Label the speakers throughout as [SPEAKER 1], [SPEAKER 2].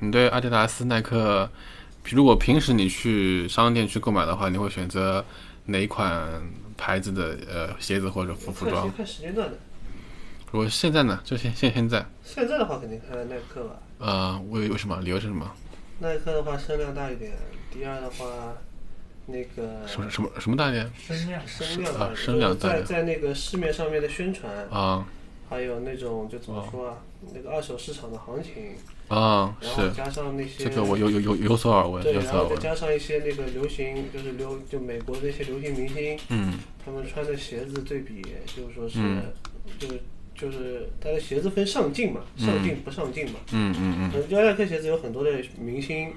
[SPEAKER 1] 你对阿迪达斯、耐克，比如果平时你去商店去购买的话，你会选择哪一款牌子的呃鞋子或者服服
[SPEAKER 2] 看
[SPEAKER 1] 装？
[SPEAKER 2] 看时间段的。
[SPEAKER 1] 如果现在呢？就现现现在，
[SPEAKER 2] 现在的话肯定看耐克吧，
[SPEAKER 1] 呃，为为什么？理由是什么？
[SPEAKER 2] 耐克的话声量大一点，第二的话，那个
[SPEAKER 1] 什么什么什么大爷？
[SPEAKER 3] 声量
[SPEAKER 2] 声量大一点，
[SPEAKER 1] 啊声量大一
[SPEAKER 2] 在
[SPEAKER 1] 点
[SPEAKER 2] 在那个市面上面的宣传，
[SPEAKER 1] 啊
[SPEAKER 2] 还有那种就怎么说啊，那个二手市场的行情，
[SPEAKER 1] 啊，
[SPEAKER 2] 然后
[SPEAKER 1] 是
[SPEAKER 2] 加上那些
[SPEAKER 1] 这个我有有有有所耳闻，
[SPEAKER 2] 对，
[SPEAKER 1] 有
[SPEAKER 2] 然
[SPEAKER 1] 所耳
[SPEAKER 2] 后再
[SPEAKER 1] 闻。
[SPEAKER 2] 加上一些那个流行，就是流就美国的一些流行明星，
[SPEAKER 1] 嗯
[SPEAKER 2] 他们穿的鞋子对比，就是说是，
[SPEAKER 1] 嗯
[SPEAKER 2] 就是就是他的鞋子分上镜嘛，上镜不上镜嘛。
[SPEAKER 1] 嗯嗯嗯
[SPEAKER 2] 嗯，就耐克鞋子有很多的明星、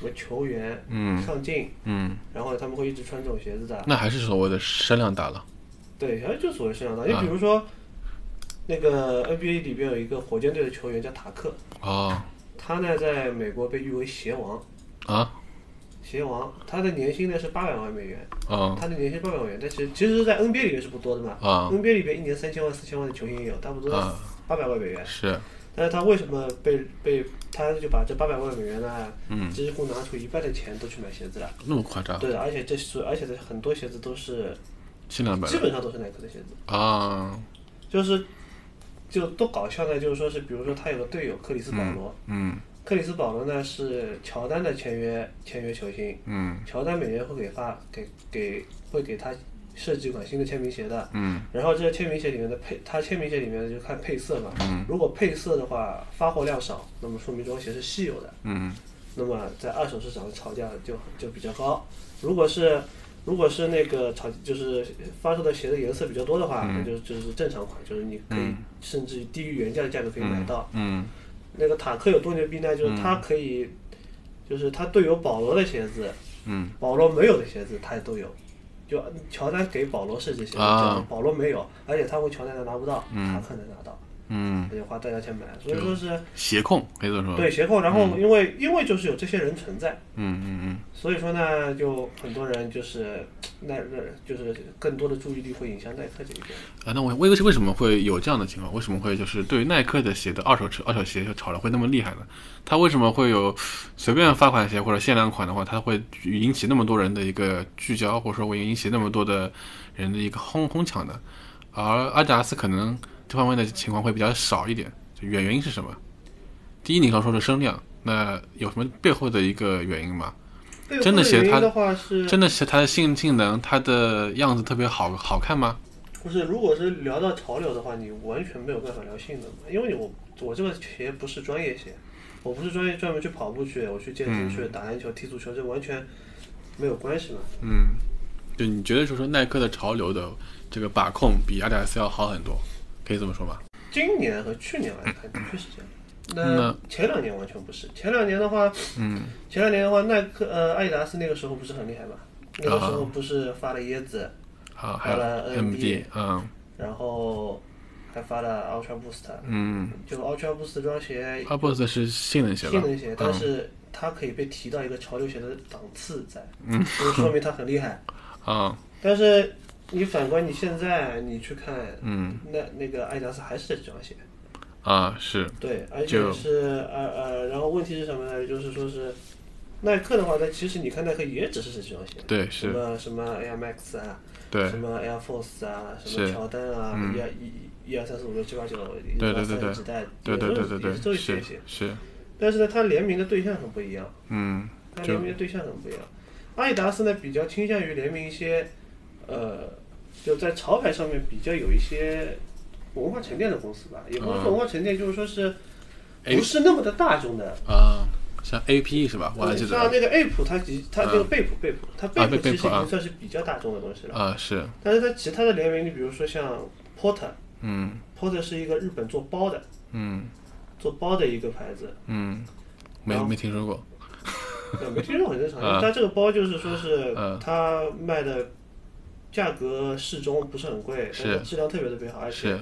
[SPEAKER 2] 什么球员、
[SPEAKER 1] 嗯
[SPEAKER 2] 上镜，
[SPEAKER 1] 嗯，
[SPEAKER 2] 然后他们会一直穿这种鞋子的。
[SPEAKER 1] 那还是所谓的声量大了。
[SPEAKER 2] 对，然后就所谓声量大。你
[SPEAKER 1] 啊
[SPEAKER 2] 比如说，那个 NBA 里边有一个火箭队的球员叫塔克，
[SPEAKER 1] 哦
[SPEAKER 2] 他呢在美国被誉为鞋王，
[SPEAKER 1] 啊
[SPEAKER 2] 鞋王，他的年薪呢是八百万美元。
[SPEAKER 1] 哦
[SPEAKER 2] 他的年薪八百万元，但是其实，在 NBA 里面是不多的嘛。
[SPEAKER 1] 啊
[SPEAKER 2] NBA 里面一年三千万、四千万的球星也有，差不多
[SPEAKER 1] 啊
[SPEAKER 2] 八百万美元。
[SPEAKER 1] 是
[SPEAKER 2] 但是他为什么被被他就把这八百万美元呢，
[SPEAKER 1] 嗯
[SPEAKER 2] 几乎拿出一半的钱都去买鞋子了？
[SPEAKER 1] 那么夸张，
[SPEAKER 2] 对的，而且这是而且这很多鞋子都是
[SPEAKER 1] 限量版
[SPEAKER 2] 基本上都是耐克的鞋子，
[SPEAKER 1] 啊，
[SPEAKER 2] 就是就多搞笑呢，就是说是比如说他有个队友克里斯保罗，
[SPEAKER 1] 嗯
[SPEAKER 2] 克里斯保罗呢是乔丹的签约签约球星，
[SPEAKER 1] 嗯
[SPEAKER 2] 乔丹每年会给发给给会给他设计一款新的签名鞋的，
[SPEAKER 1] 嗯
[SPEAKER 2] 然后这个签名鞋里面的配，它签名鞋里面就看配色嘛。如果配色的话发货量少，那么说明这双鞋是稀有的，
[SPEAKER 1] 嗯
[SPEAKER 2] 那么在二手市场炒价就就比较高。如果是如果是那个炒就是发售的鞋的颜色比较多的话，
[SPEAKER 1] 嗯
[SPEAKER 2] 那就就是正常款，就是你可以甚至低于原价的价格可以买到。
[SPEAKER 1] 嗯
[SPEAKER 2] 那个塔克有多牛逼呢？就是他可以，就是他队友保罗的鞋子，
[SPEAKER 1] 嗯，
[SPEAKER 2] 保罗没有的鞋子他也都有。就乔丹给保罗设计鞋子，
[SPEAKER 1] 啊
[SPEAKER 2] 保罗没有，而且他问乔丹他拿不到，塔克能拿到，
[SPEAKER 1] 嗯，
[SPEAKER 2] 他就花大价钱买。所以说是
[SPEAKER 1] 鞋控可以这么说。
[SPEAKER 2] 对鞋控，然后因为因为就是有这些人存在，
[SPEAKER 1] 嗯嗯
[SPEAKER 2] 所以说呢，就很多人就是耐就是更多的注意力会影响耐克这一边。
[SPEAKER 1] 嗯。啊，那我为为什么会有这样的情况？为什么会就是对于耐克的鞋的二手车、二手鞋就炒得会那么厉害呢？它为什么会有随便发款鞋或者限量款的话，它会引起那么多人的一个聚焦，或者说会引起那么多的人的一个哄哄抢呢？而阿迪达斯可能这方面的情况会比较少一点，就原原因是什么？第一，你刚说的声量，那有什么背后的一个原因吗？真的
[SPEAKER 2] 背后
[SPEAKER 1] 鞋
[SPEAKER 2] 原
[SPEAKER 1] 它
[SPEAKER 2] 因的话是
[SPEAKER 1] 真的是它的性性能，它的样子特别好好看吗？
[SPEAKER 2] 不是，如果是聊到潮流的话，你完全没有办法聊性能，因为你我我这个鞋不是专业鞋，我不是专业专门去跑步去，我去健身
[SPEAKER 1] 嗯
[SPEAKER 2] 去、打篮球、踢足球，这完全没有关系嘛。
[SPEAKER 1] 就你觉得就是说耐克的潮流的这个把控比阿迪达斯要好很多，可以这么说吗？
[SPEAKER 2] 今年和去年来看，的确是这样。
[SPEAKER 1] 那
[SPEAKER 2] 那前两年完全不是，前两年的话，嗯，前两年的话，耐克呃，阿迪达斯那个时候不是很厉害嘛？那个时候不是发了椰子，
[SPEAKER 1] 啊，还有
[SPEAKER 2] 好了
[SPEAKER 1] MD，嗯
[SPEAKER 2] 然后还发了 Ultra Boost，
[SPEAKER 1] 嗯，
[SPEAKER 2] 就 Ultra Boost 这双鞋
[SPEAKER 1] 阿波斯是性能鞋吧？
[SPEAKER 2] 性能鞋，但
[SPEAKER 1] 嗯
[SPEAKER 2] 是它可以被提到一个潮流鞋的档次在，嗯，就说明它很厉 害。
[SPEAKER 1] 啊
[SPEAKER 2] 但是你反观你现在，你去看，
[SPEAKER 1] 嗯，
[SPEAKER 2] 那那个阿迪达斯还是这几双鞋，
[SPEAKER 1] 啊是
[SPEAKER 2] 对，而且
[SPEAKER 1] 就是
[SPEAKER 2] 呃呃，然后问题是什么呢？就是说是耐克的话，那其实你看耐克也只是这几双鞋，
[SPEAKER 1] 对
[SPEAKER 2] 什
[SPEAKER 1] 是，
[SPEAKER 2] 么什么 Air Max 啊，
[SPEAKER 1] 对
[SPEAKER 2] 什么 Air Force 啊，什
[SPEAKER 1] 是
[SPEAKER 2] 么乔丹啊，
[SPEAKER 1] 嗯
[SPEAKER 2] 一二一一二三四五六七八九，一
[SPEAKER 1] 对对
[SPEAKER 2] 直到
[SPEAKER 1] 对
[SPEAKER 2] 三
[SPEAKER 1] 对
[SPEAKER 2] 十几代，
[SPEAKER 1] 对对
[SPEAKER 2] 也
[SPEAKER 1] 对
[SPEAKER 2] 都
[SPEAKER 1] 对
[SPEAKER 2] 也
[SPEAKER 1] 对
[SPEAKER 2] 是都是这些
[SPEAKER 1] 是
[SPEAKER 2] 鞋，
[SPEAKER 1] 是
[SPEAKER 2] 但是呢，它联名的对象很不一样。
[SPEAKER 1] 嗯
[SPEAKER 2] 它
[SPEAKER 1] 就
[SPEAKER 2] 联名的对象很不一样。阿迪达斯呢比较倾向于联名一些，呃，就在潮牌上面比较有一些文化沉淀的公司吧，也不是说文化沉淀，就是说是
[SPEAKER 1] 嗯哎
[SPEAKER 2] 不是那么的大众的，
[SPEAKER 1] 啊像 A P E 是吧？我还记得嗯
[SPEAKER 2] 像那个 A 普，它其它那个贝普贝普，它贝
[SPEAKER 1] 啊
[SPEAKER 2] 普
[SPEAKER 1] 贝
[SPEAKER 2] 其实
[SPEAKER 1] 贝普
[SPEAKER 2] 已
[SPEAKER 1] 啊
[SPEAKER 2] 经算是比较大众的东西了。
[SPEAKER 1] 啊，是，
[SPEAKER 2] 但是它其他的联名，你比如说像 Porter，Porter
[SPEAKER 1] 嗯
[SPEAKER 2] 是一个日本做包的，
[SPEAKER 1] 嗯
[SPEAKER 2] 做包的一个 牌子，
[SPEAKER 1] 嗯，没
[SPEAKER 2] 然后
[SPEAKER 1] 没听说过，
[SPEAKER 2] 呃没听说很正常。因
[SPEAKER 1] 啊
[SPEAKER 2] 为它这个包就是说是
[SPEAKER 1] 嗯
[SPEAKER 2] 它卖的价格适中，不是很贵，
[SPEAKER 1] 是
[SPEAKER 2] 但质量特别特别好，而且
[SPEAKER 1] 是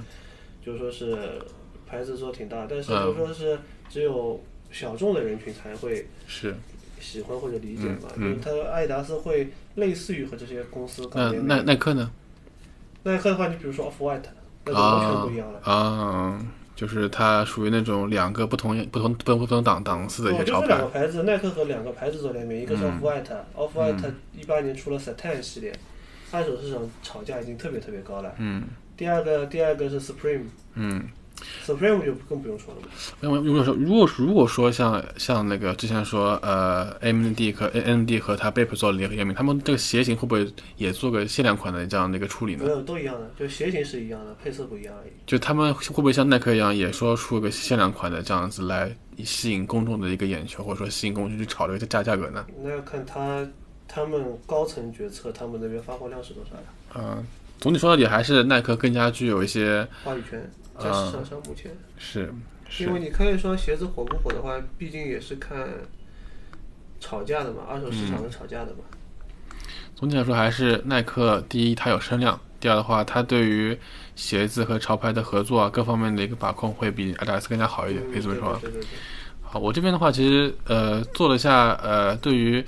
[SPEAKER 2] 就是说是牌子做挺大，但是
[SPEAKER 1] 嗯
[SPEAKER 2] 就是说是只有小众的人群才会
[SPEAKER 1] 是。
[SPEAKER 2] 喜欢或者理解嘛，
[SPEAKER 1] 嗯嗯
[SPEAKER 2] 因为它爱达斯会类似于和这些公司搞
[SPEAKER 1] 那
[SPEAKER 2] 联名
[SPEAKER 1] 耐耐克呢？
[SPEAKER 2] 耐克的话，你比如说 Off White，那就完全
[SPEAKER 1] 啊
[SPEAKER 2] 不一样了。
[SPEAKER 1] 啊，就是它属于那种两个不同不同不同不同档档次的一
[SPEAKER 2] 我
[SPEAKER 1] 些
[SPEAKER 2] 哦就
[SPEAKER 1] 潮
[SPEAKER 2] 是两
[SPEAKER 1] 牌
[SPEAKER 2] 个牌子，耐克和两个牌子做联名，一个是
[SPEAKER 1] 嗯
[SPEAKER 2] Off White，Off White 一八年出了 Satan 系列，二手市场炒价已经特别特别高了。
[SPEAKER 1] 嗯
[SPEAKER 2] 第二个第二个是 Supreme，Supreme
[SPEAKER 1] 嗯，
[SPEAKER 2] 就更不用说了嘛。
[SPEAKER 1] 那么如果说如果如果说像像那个之前说呃 AMD 和 AMD 和它 Bape 做联合联名，他们这个鞋型会不会也做个限量款的这样的一个处理呢
[SPEAKER 2] 没？有，都一样的，就鞋型是一样的，配色不一样而已。
[SPEAKER 1] 就他们会不会像耐克一样也说出一个限量款的这样子来吸引公众的一个眼球，或者说吸引公众去炒这个价价格呢？
[SPEAKER 2] 那要看他他们高层决策，他们那边发货量是多少呀？
[SPEAKER 1] 嗯、总体说到底还是耐克更加具有一些
[SPEAKER 2] 话语权在市场上目前。
[SPEAKER 1] 是嗯是
[SPEAKER 2] 因为你看一双鞋子火不火的话，毕竟也是看吵架的嘛，二手市场
[SPEAKER 1] 嗯
[SPEAKER 2] 是吵架的嘛。
[SPEAKER 1] 总体来说，还是耐克第一，它有声量；第二的话，它对于鞋子和潮牌的合作啊，各方面的一个把控会比阿迪达斯更加好一点，可以这么说吧。
[SPEAKER 2] 嗯对对对对。
[SPEAKER 1] 好，我这边的话，其实呃做了一下呃对于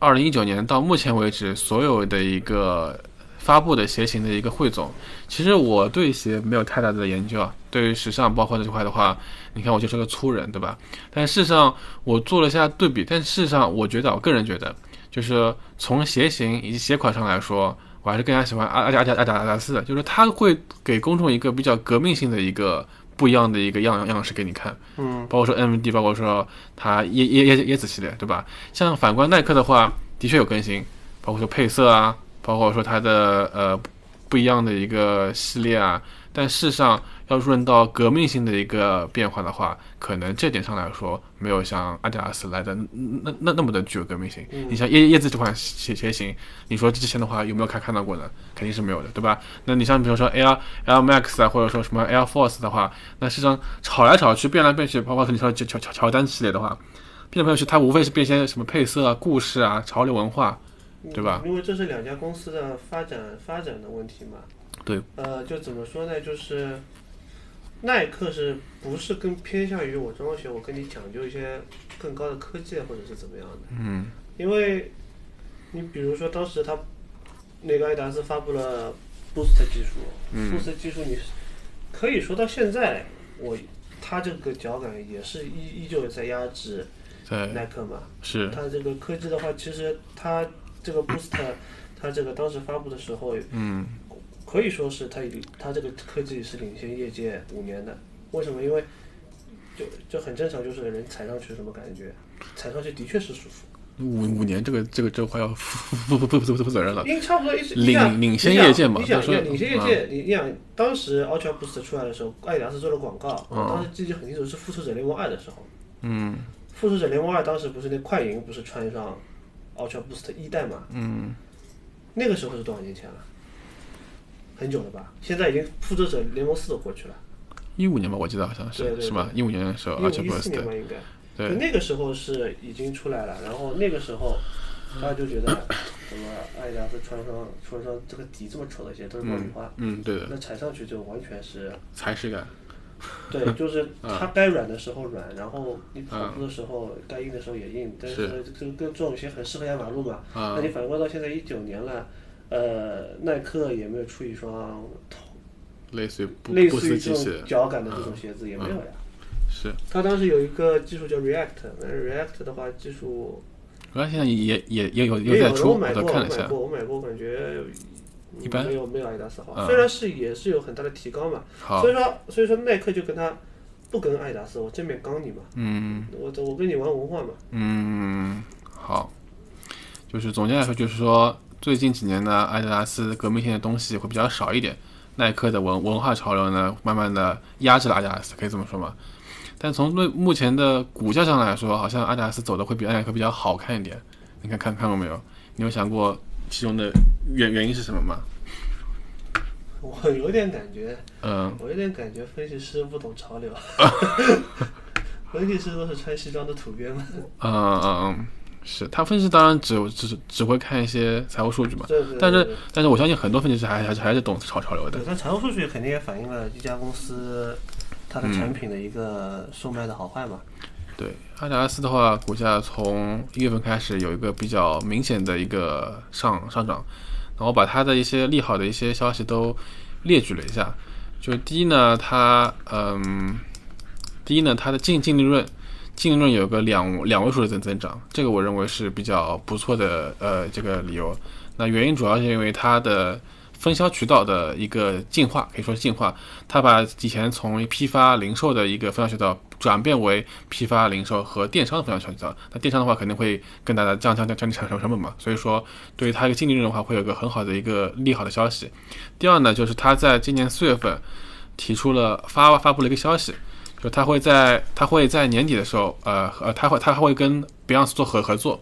[SPEAKER 1] 二零一九年到目前为止所有的一个发布的鞋型的一个汇总。其实我对鞋没有太大的研究啊，对于时尚包括这块的话，你看我就是个粗人，对吧？但事实上我做了一下对比，但事实上我觉得，我个人觉得，就是从鞋型以及鞋款上来说。我还是更加喜欢阿阿阿阿阿达阿达斯的，就是它会给公众一个比较革命性的一个不一样的一个样样样式给你看。
[SPEAKER 2] 嗯，
[SPEAKER 1] 包括说 MD，包括说它椰椰椰椰子系列，对吧？像反观耐克的话，的确有更新，包括说配色啊，包括说它的呃不一样的一个系列啊。但事实上，要论到革命性的一个变化的话，可能这点上来说，没有像阿迪达斯来的那那那么的具有革命性。你像椰椰子这款鞋鞋型，你说之前的话有没有看看到过呢？肯定是没有的，对吧？那你像比如说 Air Air Max 啊，或者说什么 Air Force 的话，那事实上炒来炒去，变来变去，包括你说乔乔乔乔丹系列的话，变来变去，它无非是变一些什么配色啊、故事啊、潮流文化，对吧？
[SPEAKER 2] 嗯因为这是两家公司的发展发展的问题嘛。
[SPEAKER 1] 对。
[SPEAKER 2] 呃，就怎么说呢？就是耐克是不是更偏向于我中学，我跟你讲究一些更高的科技啊或者是怎么样的？
[SPEAKER 1] 嗯
[SPEAKER 2] 因为你比如说当时他那个爱达斯发布了 Boost 技术、b
[SPEAKER 1] 嗯
[SPEAKER 2] o o s t 技术你是可以说到现在，我它这个脚感也是依依旧在压制
[SPEAKER 1] 对，
[SPEAKER 2] 耐克嘛。
[SPEAKER 1] 是，
[SPEAKER 2] 它这个科技的话，其实它这个 Boost，它这个当时发布的时候，
[SPEAKER 1] 嗯
[SPEAKER 2] 可以说是它已它这个科技是领先业界五年的。为什么？因为就就很正常，就是人踩上去什么感觉，踩上去的确是舒服。
[SPEAKER 1] 五五年这个这个这块要负负负负负负负责任了，
[SPEAKER 2] 因为差不多一直
[SPEAKER 1] 领
[SPEAKER 2] 你想
[SPEAKER 1] 领先业界嘛
[SPEAKER 2] 你想
[SPEAKER 1] 他
[SPEAKER 2] 你
[SPEAKER 1] 说嗯
[SPEAKER 2] 想领先业界，你你想当时 Ultra Boost 出来的时候，爱迪达斯做了广告，我当时记得很清楚，是《复仇者联盟二》的时候，
[SPEAKER 1] 嗯
[SPEAKER 2] 《复仇者联盟二》当时不是那快银不是穿上 Ultra Boost 一代嘛？
[SPEAKER 1] 嗯，
[SPEAKER 2] 那个时候是多少年前了？很久了吧？现在已经《复仇者联盟四》都过去了，
[SPEAKER 1] 一五年吧，我记得好像是
[SPEAKER 2] 对对对
[SPEAKER 1] 是吧？一五年的时候，
[SPEAKER 2] 一
[SPEAKER 1] 而且
[SPEAKER 2] 五一
[SPEAKER 1] b o
[SPEAKER 2] 四
[SPEAKER 1] s
[SPEAKER 2] 年吧
[SPEAKER 1] t
[SPEAKER 2] 应该。就
[SPEAKER 1] 呃对，
[SPEAKER 2] 那个时候是已经出来了，然后那个时候大家 就觉得，怎么爱迪达斯穿上穿上这个底这么丑的鞋都是爆米花。
[SPEAKER 1] 嗯对的，
[SPEAKER 2] 那踩上去就完 全是，
[SPEAKER 1] 踩屎感，
[SPEAKER 2] 对，就是
[SPEAKER 1] 嗯
[SPEAKER 2] 它该软的时候软，然后你跑步的时候该硬的时候也硬，但
[SPEAKER 1] 是
[SPEAKER 2] 是这个这种鞋很适合压马路嘛。
[SPEAKER 1] 啊
[SPEAKER 2] 那你反观到现在一九年了，呃，耐克也没有出一双
[SPEAKER 1] 类似于不
[SPEAKER 2] 类
[SPEAKER 1] 不
[SPEAKER 2] 似
[SPEAKER 1] 思啊
[SPEAKER 2] 于
[SPEAKER 1] 机
[SPEAKER 2] 这种
[SPEAKER 1] 械，
[SPEAKER 2] 脚感的这种鞋子也没有呀。
[SPEAKER 1] 是，
[SPEAKER 2] 它当时有一个技术叫 React，反正 React 的话技术
[SPEAKER 1] 原来现在也也也有
[SPEAKER 2] 也
[SPEAKER 1] 有在
[SPEAKER 2] 有，
[SPEAKER 1] 出，
[SPEAKER 2] 我
[SPEAKER 1] 我
[SPEAKER 2] 买
[SPEAKER 1] 都
[SPEAKER 2] 过，
[SPEAKER 1] 看
[SPEAKER 2] 我
[SPEAKER 1] 了一
[SPEAKER 2] 买
[SPEAKER 1] 下，
[SPEAKER 2] 过，我买过，感觉
[SPEAKER 1] 一般
[SPEAKER 2] 没有没有阿迪达斯
[SPEAKER 1] 嗯
[SPEAKER 2] 好，虽然是也是有很大的提高嘛。
[SPEAKER 1] 好
[SPEAKER 2] 所，以说，所以说耐克就跟他不跟爱达斯，我正面刚你嘛，
[SPEAKER 1] 嗯。
[SPEAKER 2] 我我跟你玩文化嘛，
[SPEAKER 1] 嗯，好，就是总结来说，就是说最近几年呢，阿迪达斯革命性的东西会比较少一点，耐克的文文化潮流呢，慢慢的压制了阿迪达斯，可以这么说吗？但从目目前的股价上来说，好像阿迪达斯走的会比耐克比较好看一点。你看看看过没有？你有想过其中的原原因是什么吗？
[SPEAKER 2] 我有点感觉，
[SPEAKER 1] 嗯，
[SPEAKER 2] 我有点感觉分析师不懂 潮流，分析师都是穿西装的土鳖嘛。
[SPEAKER 1] 嗯嗯嗯，是他分析师当然只只只会看一些财务数据嘛，
[SPEAKER 2] 对对对
[SPEAKER 1] 但
[SPEAKER 2] 对
[SPEAKER 1] 是但是我相信很多分析师还还是还是懂潮潮流的
[SPEAKER 2] 对，，但财务数据肯定也反映了一家公司它的
[SPEAKER 1] 嗯
[SPEAKER 2] 产品的一个售卖的好坏嘛。
[SPEAKER 1] 对，阿迪达斯的话，股价从一月份开始有一个比较明显的一个上上涨，然后把它的一些利好的一些消息都列举了一下。就第一呢，它嗯，第一呢，它的净净利润，净利润有个两两位数的增增长，这个我认为是比较不错的呃这个理由。那原因主要是因为它的分销渠道的一个进化，可以说是进化。它把以前从批发零售的一个分销渠道转变为批发零售和电商的分销渠道。那电商的话，肯定会更大的降降降降低成成本嘛。所以说，对于它一个净利润的话，会有一个很好的一个利好的消息。第二呢，就是它在今年四月份提出了发发布了一个消息，就它会在它会在年底的时候，呃呃，它会它会跟 Beyonce 做合合作。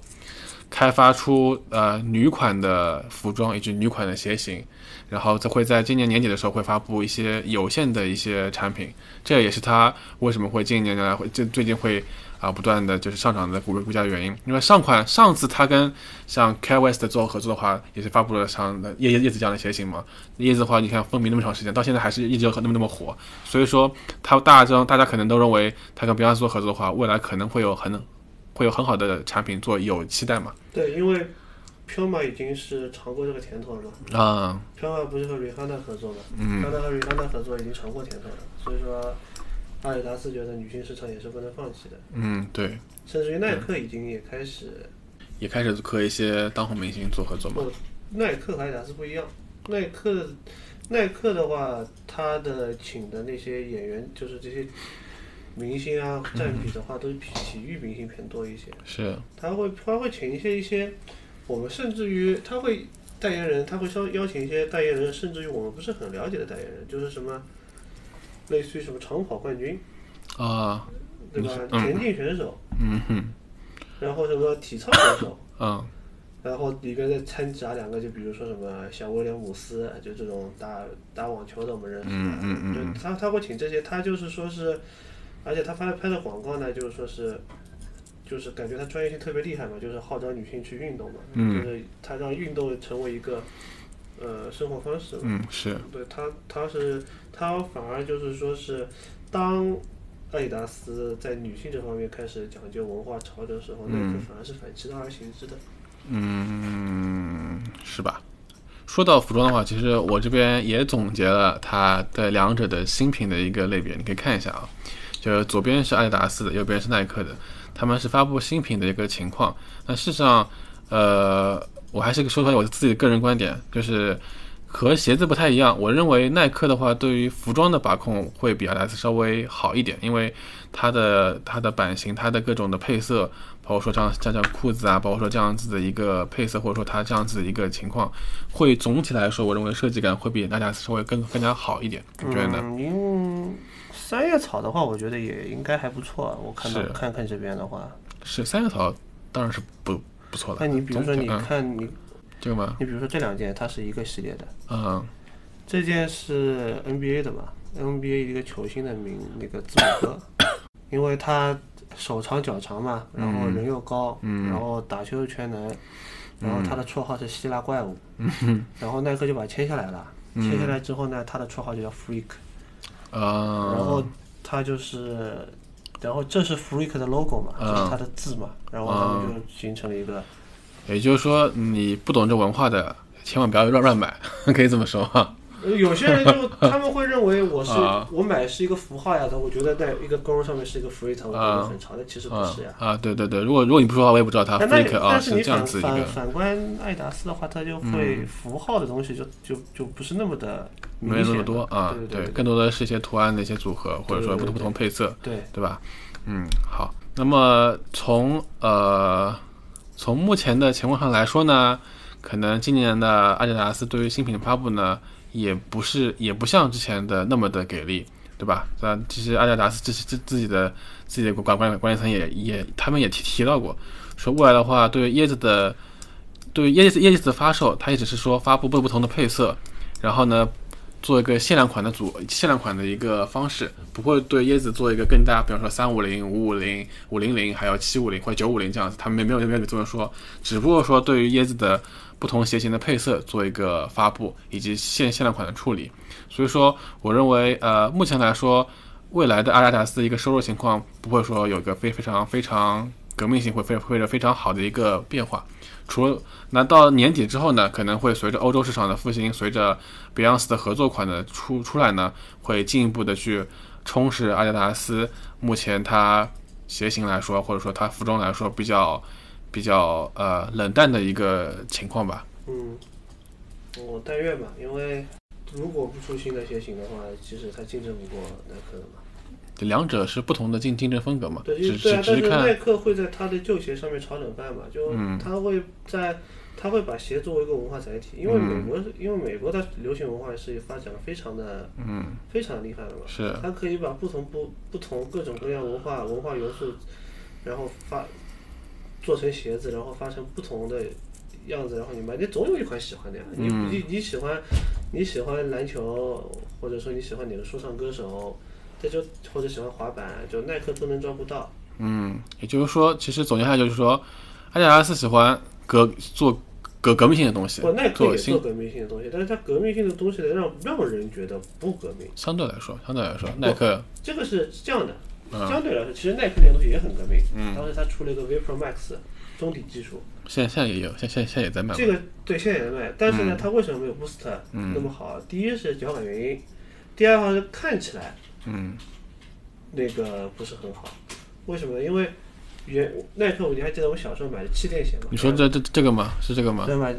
[SPEAKER 1] 开发出呃女款的服装以及女款的鞋型，然后这会在今年年底的时候会发布一些有限的一些产品，这也是它为什么会近年来会最最近会啊不断的就是上涨的股股价的原因。因为上款上次它跟像 k a West 做合作的话，也是发布了像叶叶叶子这样的鞋型嘛。叶子的话，你看风靡那么长时间，到现在还是一直那么那么火。所以说，它大家大家可能都认为它跟 Beyonce 做合作的话，未来可能会有很会有很好的产品做有期待嘛。
[SPEAKER 2] 对，因为 Puma 已经是尝过这个甜头了嘛。
[SPEAKER 1] 啊、
[SPEAKER 2] Puma 不是和 Rihanna 合作嘛？嗯，Rihanna 和 Rihanna 合作已经尝过甜头了，所以说阿迪达斯觉得女性市场也是不能放弃的，
[SPEAKER 1] 嗯，对，
[SPEAKER 2] 甚至于耐克已经也开始，
[SPEAKER 1] 也开始和一些当红明星做合作嘛。
[SPEAKER 2] 不，耐克和阿迪达斯不一样，耐克。耐克的话，他的请的那些演员，就是这些明星啊，占比的话都是比体育明星偏多一些。
[SPEAKER 1] 是，
[SPEAKER 2] 他会他会请一些一些，我们甚至于他会代言人，他会邀邀请一些代言人，甚至于我们不是很了解的代言人，就是什么，类似于什么长跑冠军，
[SPEAKER 1] 啊、
[SPEAKER 2] 对吧？
[SPEAKER 1] 嗯
[SPEAKER 2] 田径选手，
[SPEAKER 1] 嗯哼，
[SPEAKER 2] 然后什么体操选手，
[SPEAKER 1] 嗯
[SPEAKER 2] 然后里边再掺杂两个，就比如说什么小威廉姆斯，就这种打打网球的我们认识的，
[SPEAKER 1] 嗯嗯嗯嗯
[SPEAKER 2] 就他他会请这些，他就是说是，而且他拍拍的广告呢，就是说是，就是感觉他专业性特别厉害嘛，就是号召女性去运动嘛，
[SPEAKER 1] 嗯
[SPEAKER 2] 就是他让运动成为一个呃生活方式嘛。
[SPEAKER 1] 嗯，是，
[SPEAKER 2] 对他，他是他反而就是说是当阿迪达斯在女性这方面开始讲究文化潮流的时候，那
[SPEAKER 1] 嗯
[SPEAKER 2] 个反而是反其道而行之的。
[SPEAKER 1] 嗯，是吧？说到服装的话，其实我这边也总结了它的两者的新品的一个类别，你可以看一下啊，就是左边是阿迪达斯的，右边是耐克的，他们是发布新品的一个情况。那事实上，呃，我还是说出来我自己的个人观点，就是和鞋子不太一样。我认为耐克的话，对于服装的把控会比阿迪达斯稍微好一点，因为它的它的版型、它的各种的配色，包括说这样这样裤子啊，包括说这样子的一个配色，或者说它这样子的一个情况，会总体来说，我认为设计感会比阿迪达斯稍微更更加好一点。你觉得呢？
[SPEAKER 2] 嗯，因三叶草的话，我觉得也应该还不错啊。我看到
[SPEAKER 1] 是
[SPEAKER 2] 看看这边的话，
[SPEAKER 1] 是三叶草当然是不不错的。
[SPEAKER 2] 那你比如说
[SPEAKER 1] 总
[SPEAKER 2] 你
[SPEAKER 1] 体嗯、
[SPEAKER 2] 看你，
[SPEAKER 1] 这个吗？
[SPEAKER 2] 你比如说这两件，它是一个系列的，
[SPEAKER 1] 嗯
[SPEAKER 2] 这件是 NBA 的吧？NBA 一个球星的名那个字母哥，因为他手长脚长嘛，然
[SPEAKER 1] 嗯
[SPEAKER 2] 后人又高，然后打球又全能，
[SPEAKER 1] 嗯
[SPEAKER 2] 然后他的绰号是希腊怪物，然后耐克就把他签下来了。
[SPEAKER 1] 嗯
[SPEAKER 2] 签下来之后呢，他的绰号就叫 Freak，
[SPEAKER 1] 啊，
[SPEAKER 2] 然后他就是，然后这是 Freak 的 logo 嘛，
[SPEAKER 1] 嗯
[SPEAKER 2] 就是他的字嘛，然后他们就形成了一个，
[SPEAKER 1] 也就是说，你不懂这文化的，千万不要乱乱买， 可以这么说啊哈。
[SPEAKER 2] 呃有些人 就他们会认为我是
[SPEAKER 1] 啊
[SPEAKER 2] 我买是一个符号呀，我觉得在一个公上面是一个 Freak，我觉得很潮，但其实不
[SPEAKER 1] 啊
[SPEAKER 2] 是呀。
[SPEAKER 1] 啊，对对对，如果如果你不说话，我也不知道它
[SPEAKER 2] 但哎那
[SPEAKER 1] freak 啊
[SPEAKER 2] 但是
[SPEAKER 1] 是
[SPEAKER 2] 你
[SPEAKER 1] 这样
[SPEAKER 2] 反
[SPEAKER 1] 子一个嗯
[SPEAKER 2] 反反观爱达斯的话，它就会符号的东西就就就不是那么的明
[SPEAKER 1] 没有那
[SPEAKER 2] 显
[SPEAKER 1] 么
[SPEAKER 2] 了
[SPEAKER 1] 多啊，
[SPEAKER 2] 对对
[SPEAKER 1] 更多的是一些图案的一些组合，或者说
[SPEAKER 2] 对对
[SPEAKER 1] 不
[SPEAKER 2] 对
[SPEAKER 1] 同不同配色，
[SPEAKER 2] 对，
[SPEAKER 1] 对吧？嗯，好。那么从呃从目前的情况上来说呢，可能今年的阿迪达斯对于新品的发布呢，也不是也不像之前的那么的给力。对吧？那其实阿迪达斯自自自己的自己的管管管理层也也他们也提提到过，说未来的话，对于椰子的对于椰子椰子的发售，它也只是说发布不不同的配色，然后呢做一个限量款的组限量款的一个方式，不会对椰子做一个更大，比方说三五零、五五零、五零零，还有七五零或者九五零这样子，他们没有没有这么说，只不过说对于椰子的不同鞋型的配色做一个发布，以及限限量款的处理。所以说，我认为，呃，目前来说，未来的阿迪达斯的一个收入情况不会说有一个非非常非常革命性或非或者非常好的一个变化。除了那到年底之后呢，可能会随着欧洲市场的复兴，随着 Beyonce 的合作款的出出来呢，会进一步的去充实阿迪达斯目前它鞋型来说，或者说它服装来说比较比较呃冷淡的一个情况吧。
[SPEAKER 2] 嗯，我但愿吧，因为如果不出新的鞋型的话，其实它竞争不过耐克的嘛。
[SPEAKER 1] 就两者是不同的竞竞争风格嘛，
[SPEAKER 2] 对，
[SPEAKER 1] 只
[SPEAKER 2] 因
[SPEAKER 1] 只
[SPEAKER 2] 对啊，
[SPEAKER 1] 只
[SPEAKER 2] 但
[SPEAKER 1] 是
[SPEAKER 2] 是
[SPEAKER 1] 看嗯
[SPEAKER 2] 耐克会在它的旧鞋上面炒冷饭嘛，就它会在，它会把鞋作为一个文化载体，因为美
[SPEAKER 1] 嗯
[SPEAKER 2] 国，因为美国它流行文化是发展得非常的，嗯，非常厉害的嘛，
[SPEAKER 1] 是
[SPEAKER 2] 它可以把不同不不同各种各样文化文化元素，然后发做成鞋子，然后发成不同的样子，然后你买，你总有一款喜欢的呀。你
[SPEAKER 1] 嗯
[SPEAKER 2] 你你喜欢你喜欢篮球，或者说你喜欢哪个说唱歌手，这就或者喜欢滑板，就耐克都能照顾到。
[SPEAKER 1] 嗯，也就是说，其实总结下来就是说，阿迪达斯喜欢革做革革命性的东西
[SPEAKER 2] 我耐，克
[SPEAKER 1] 做
[SPEAKER 2] 也做
[SPEAKER 1] 新
[SPEAKER 2] 革命性的东西，但是它革命性的东西能让让人觉得不革命，
[SPEAKER 1] 相对来说，相对来说，耐克
[SPEAKER 2] 这个是这样的。
[SPEAKER 1] 嗯
[SPEAKER 2] 相对来说，其实耐克那个东西也很革命。当时它出了一个 Vapor Max 中底技术，
[SPEAKER 1] 现在现在也有，现现现在也在卖嘛，
[SPEAKER 2] 这个对现在也能卖，但是呢，它为什么没有 Boost
[SPEAKER 1] 嗯
[SPEAKER 2] 那么好？第一是脚感原因，第二个是看起来，嗯，那个不是很好。为什么呢？因为原耐克，你还记得我小时候买的气垫鞋吗？
[SPEAKER 1] 你说这这这个吗？是这个吗？
[SPEAKER 2] 对吧？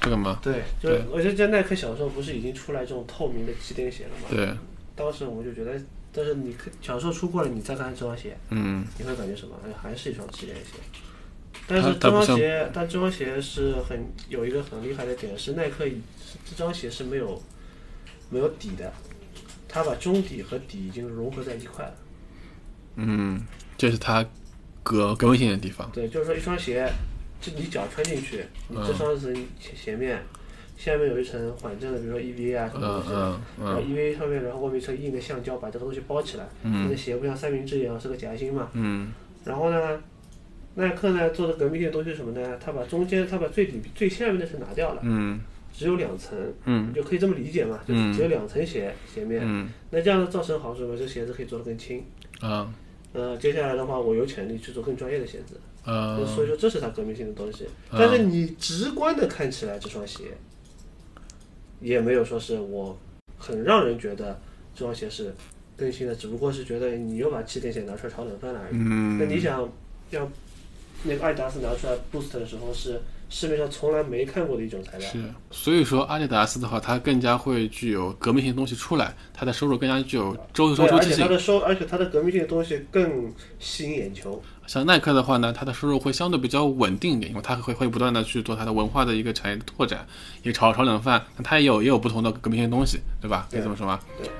[SPEAKER 1] 这个吗？
[SPEAKER 2] 对，就是我觉得耐克小时候不是已经出来这种透明的气垫鞋了吗？
[SPEAKER 1] 对，
[SPEAKER 2] 当时我就觉得，但是你看小时候出过了，你再看这双鞋，
[SPEAKER 1] 嗯，
[SPEAKER 2] 你会感觉什么？哎还是一双气垫鞋。但
[SPEAKER 1] 它
[SPEAKER 2] 是
[SPEAKER 1] 它
[SPEAKER 2] 这
[SPEAKER 1] 不
[SPEAKER 2] 双
[SPEAKER 1] 像
[SPEAKER 2] 鞋，但这双鞋是很有一个很厉害的点，是耐克以这双鞋是没有没有底的，它把中底和底已经融合在一块了。
[SPEAKER 1] 嗯这是它革革命性的地方。
[SPEAKER 2] 对，就是说一双鞋，这你脚穿进去，
[SPEAKER 1] 嗯
[SPEAKER 2] 你这双是前前面，下面有一层缓震的，比如说 EVA 啊什么东
[SPEAKER 1] 嗯
[SPEAKER 2] 西，
[SPEAKER 1] 嗯
[SPEAKER 2] 然后
[SPEAKER 1] 嗯
[SPEAKER 2] EVA 上面，然后外面一层硬的橡胶把这个东西包起来，你的鞋不像三明治一样是个夹心嘛，
[SPEAKER 1] 嗯，
[SPEAKER 2] 然后呢，耐克呢做的革命性的东西是什么呢？它把中间，它把最底最下面那层拿掉了，
[SPEAKER 1] 嗯
[SPEAKER 2] 只有两层，
[SPEAKER 1] 嗯
[SPEAKER 2] 你就可以这么理解嘛，就是只有两层鞋鞋面。
[SPEAKER 1] 嗯
[SPEAKER 2] 那这样的造成好处是什么？这鞋子可以做得更轻。
[SPEAKER 1] 啊
[SPEAKER 2] 呃，接下来的话，我有潜力去做更专业的鞋子，
[SPEAKER 1] 呃，
[SPEAKER 2] 所以说这是它革命性的东西。
[SPEAKER 1] 嗯
[SPEAKER 2] 但是你直观的看起来这双鞋，也没有说是我很让人觉得这双鞋是更新的，只不过是觉得你又把气垫鞋拿出来炒冷饭了而已。那
[SPEAKER 1] 嗯
[SPEAKER 2] 你想，要那个阿迪达斯拿出来 Boost 的时候，是市面上从来没看过的一种材料。
[SPEAKER 1] 是，所以说阿迪达斯的话，它更加会具有革命性的东西出来，它的收入更加具有周周
[SPEAKER 2] 对，
[SPEAKER 1] 周
[SPEAKER 2] 而
[SPEAKER 1] 期
[SPEAKER 2] 且
[SPEAKER 1] 性
[SPEAKER 2] 它。的收，而且它的革命性的东西更吸引眼球。
[SPEAKER 1] 像耐克的话呢，它的收入会相对比较稳定一点，因为它会会不断的去做它的文化的一个产业拓展，也炒炒冷饭，那它也有也有不同的革命性的东西，对吧？可以这么说吗？
[SPEAKER 2] 对。